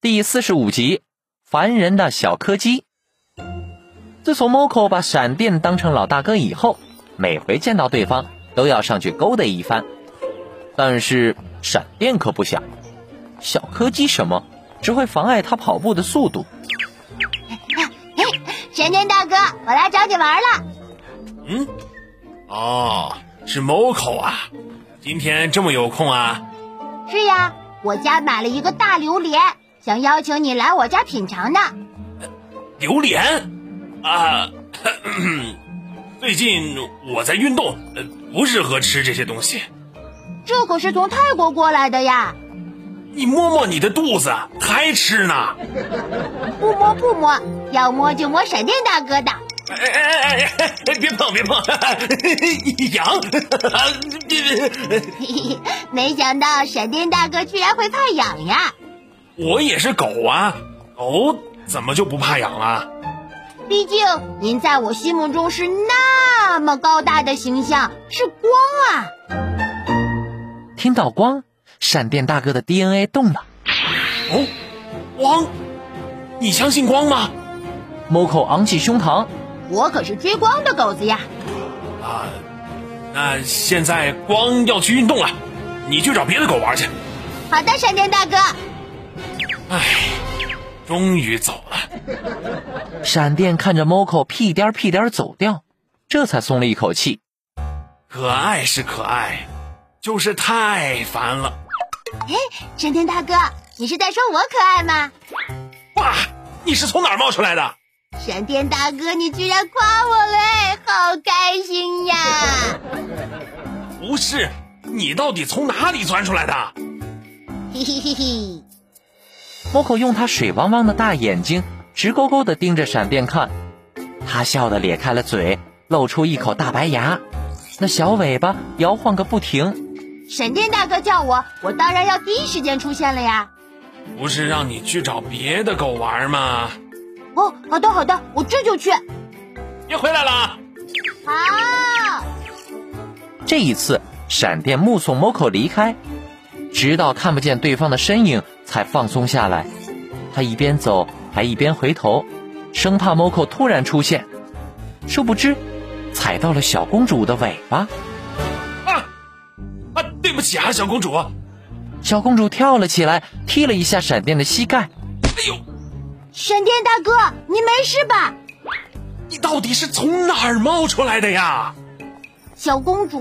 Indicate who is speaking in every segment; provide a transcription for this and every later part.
Speaker 1: 第四十五集，烦人的小柯基。自从 Moco 把闪电当成老大哥以后，每回见到对方都要上去勾搭一番。但是闪电可不想，小柯基什么，只会妨碍他跑步的速度。
Speaker 2: 闪电大哥，我来找你玩了。
Speaker 3: 嗯，哦，是 Moco 啊，今天这么有空啊？
Speaker 2: 是呀，我家买了一个大榴莲，想邀请你来我家品尝呢。
Speaker 3: 榴莲啊， 咳咳最近我在运动，呃，不适合吃这些东西。
Speaker 2: 这可是从泰国过来的呀！
Speaker 3: 你摸摸你的肚子，啊还吃呢？
Speaker 2: 不摸不摸，要摸就摸闪电大哥的。
Speaker 3: 哎哎哎哎哎，别碰别碰， 痒！ 别别，
Speaker 2: 嘿嘿嘿，没想到闪电大哥居然会怕痒呀！
Speaker 3: 我也是狗啊，狗怎么就不怕痒啊？
Speaker 2: 毕竟您在我心目中是那么高大的形象，是光啊！
Speaker 1: 听到光，闪电大哥的 DNA 动了。
Speaker 3: 哦，光，你相信光吗？
Speaker 1: Moco 昂起胸膛，
Speaker 2: 我可是追光的狗子呀！
Speaker 3: 啊，那现在光要去运动了，你去找别的狗玩去。
Speaker 2: 好的，闪电大哥，
Speaker 3: 唉，终于走了。
Speaker 1: 闪电看着 Moco 屁颠儿屁颠儿走掉，这才松了一口气。
Speaker 3: 可爱是可爱，就是太烦了。
Speaker 2: 闪电大哥，你是在说我可爱吗？
Speaker 3: 哇，你是从哪儿冒出来的？
Speaker 2: 闪电大哥，你居然夸我了，哎，好开心呀！
Speaker 3: 不是，你到底从哪里钻出来的？
Speaker 2: 嘿嘿嘿嘿，
Speaker 1: Moco 用他水汪汪的大眼睛直勾勾地盯着闪电看，他笑得咧开了嘴，露出一口大白牙，那小尾巴摇晃个不停。
Speaker 2: 闪电大哥叫我，我当然要第一时间出现了呀！
Speaker 3: 不是让你去找别的狗玩吗？
Speaker 2: 哦，好的好的，我这就去。啊
Speaker 3: 你回来了。
Speaker 2: 好，
Speaker 1: 这一次，闪电目送 Moco 离开，直到看不见对方的身影才放松下来。他一边走还一边回头，生怕 Moco 突然出现。殊不知，踩到了小公主的尾巴。
Speaker 3: 啊啊，对不起啊，小公主。哎
Speaker 1: 小公主跳了起来，踢了一下闪电的膝盖。
Speaker 3: 呦，
Speaker 2: 闪电大哥，你没事吧？
Speaker 3: 你到底是从哪儿冒出来的呀？
Speaker 2: 小公主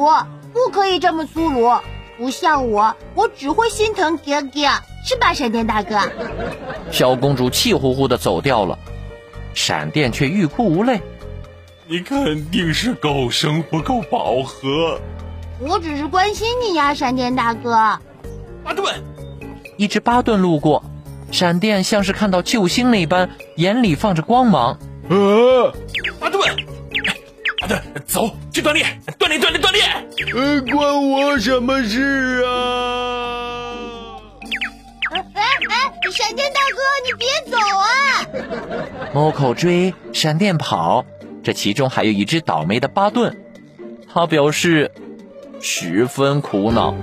Speaker 2: 不可以这么粗鲁，不像我，我只会心疼哥哥，是吧，闪电大哥？
Speaker 1: 小公主气呼呼地走掉了，闪电却欲哭无泪。
Speaker 3: 你肯定是够生活够饱和。
Speaker 2: 我只是关心你呀，闪电大哥。
Speaker 3: 巴顿，
Speaker 1: 一只巴顿路过，闪电像是看到救星那般，眼里放着光芒。
Speaker 4: 啊，
Speaker 3: 巴顿，哎巴顿，走去锻炼，锻炼，锻炼，锻炼。
Speaker 4: 呃，关我什么事啊？
Speaker 2: 哎哎，闪电大哥，你别走啊！
Speaker 1: Moco 追，闪电跑，这其中还有一只倒霉的巴顿，他表示十分苦恼。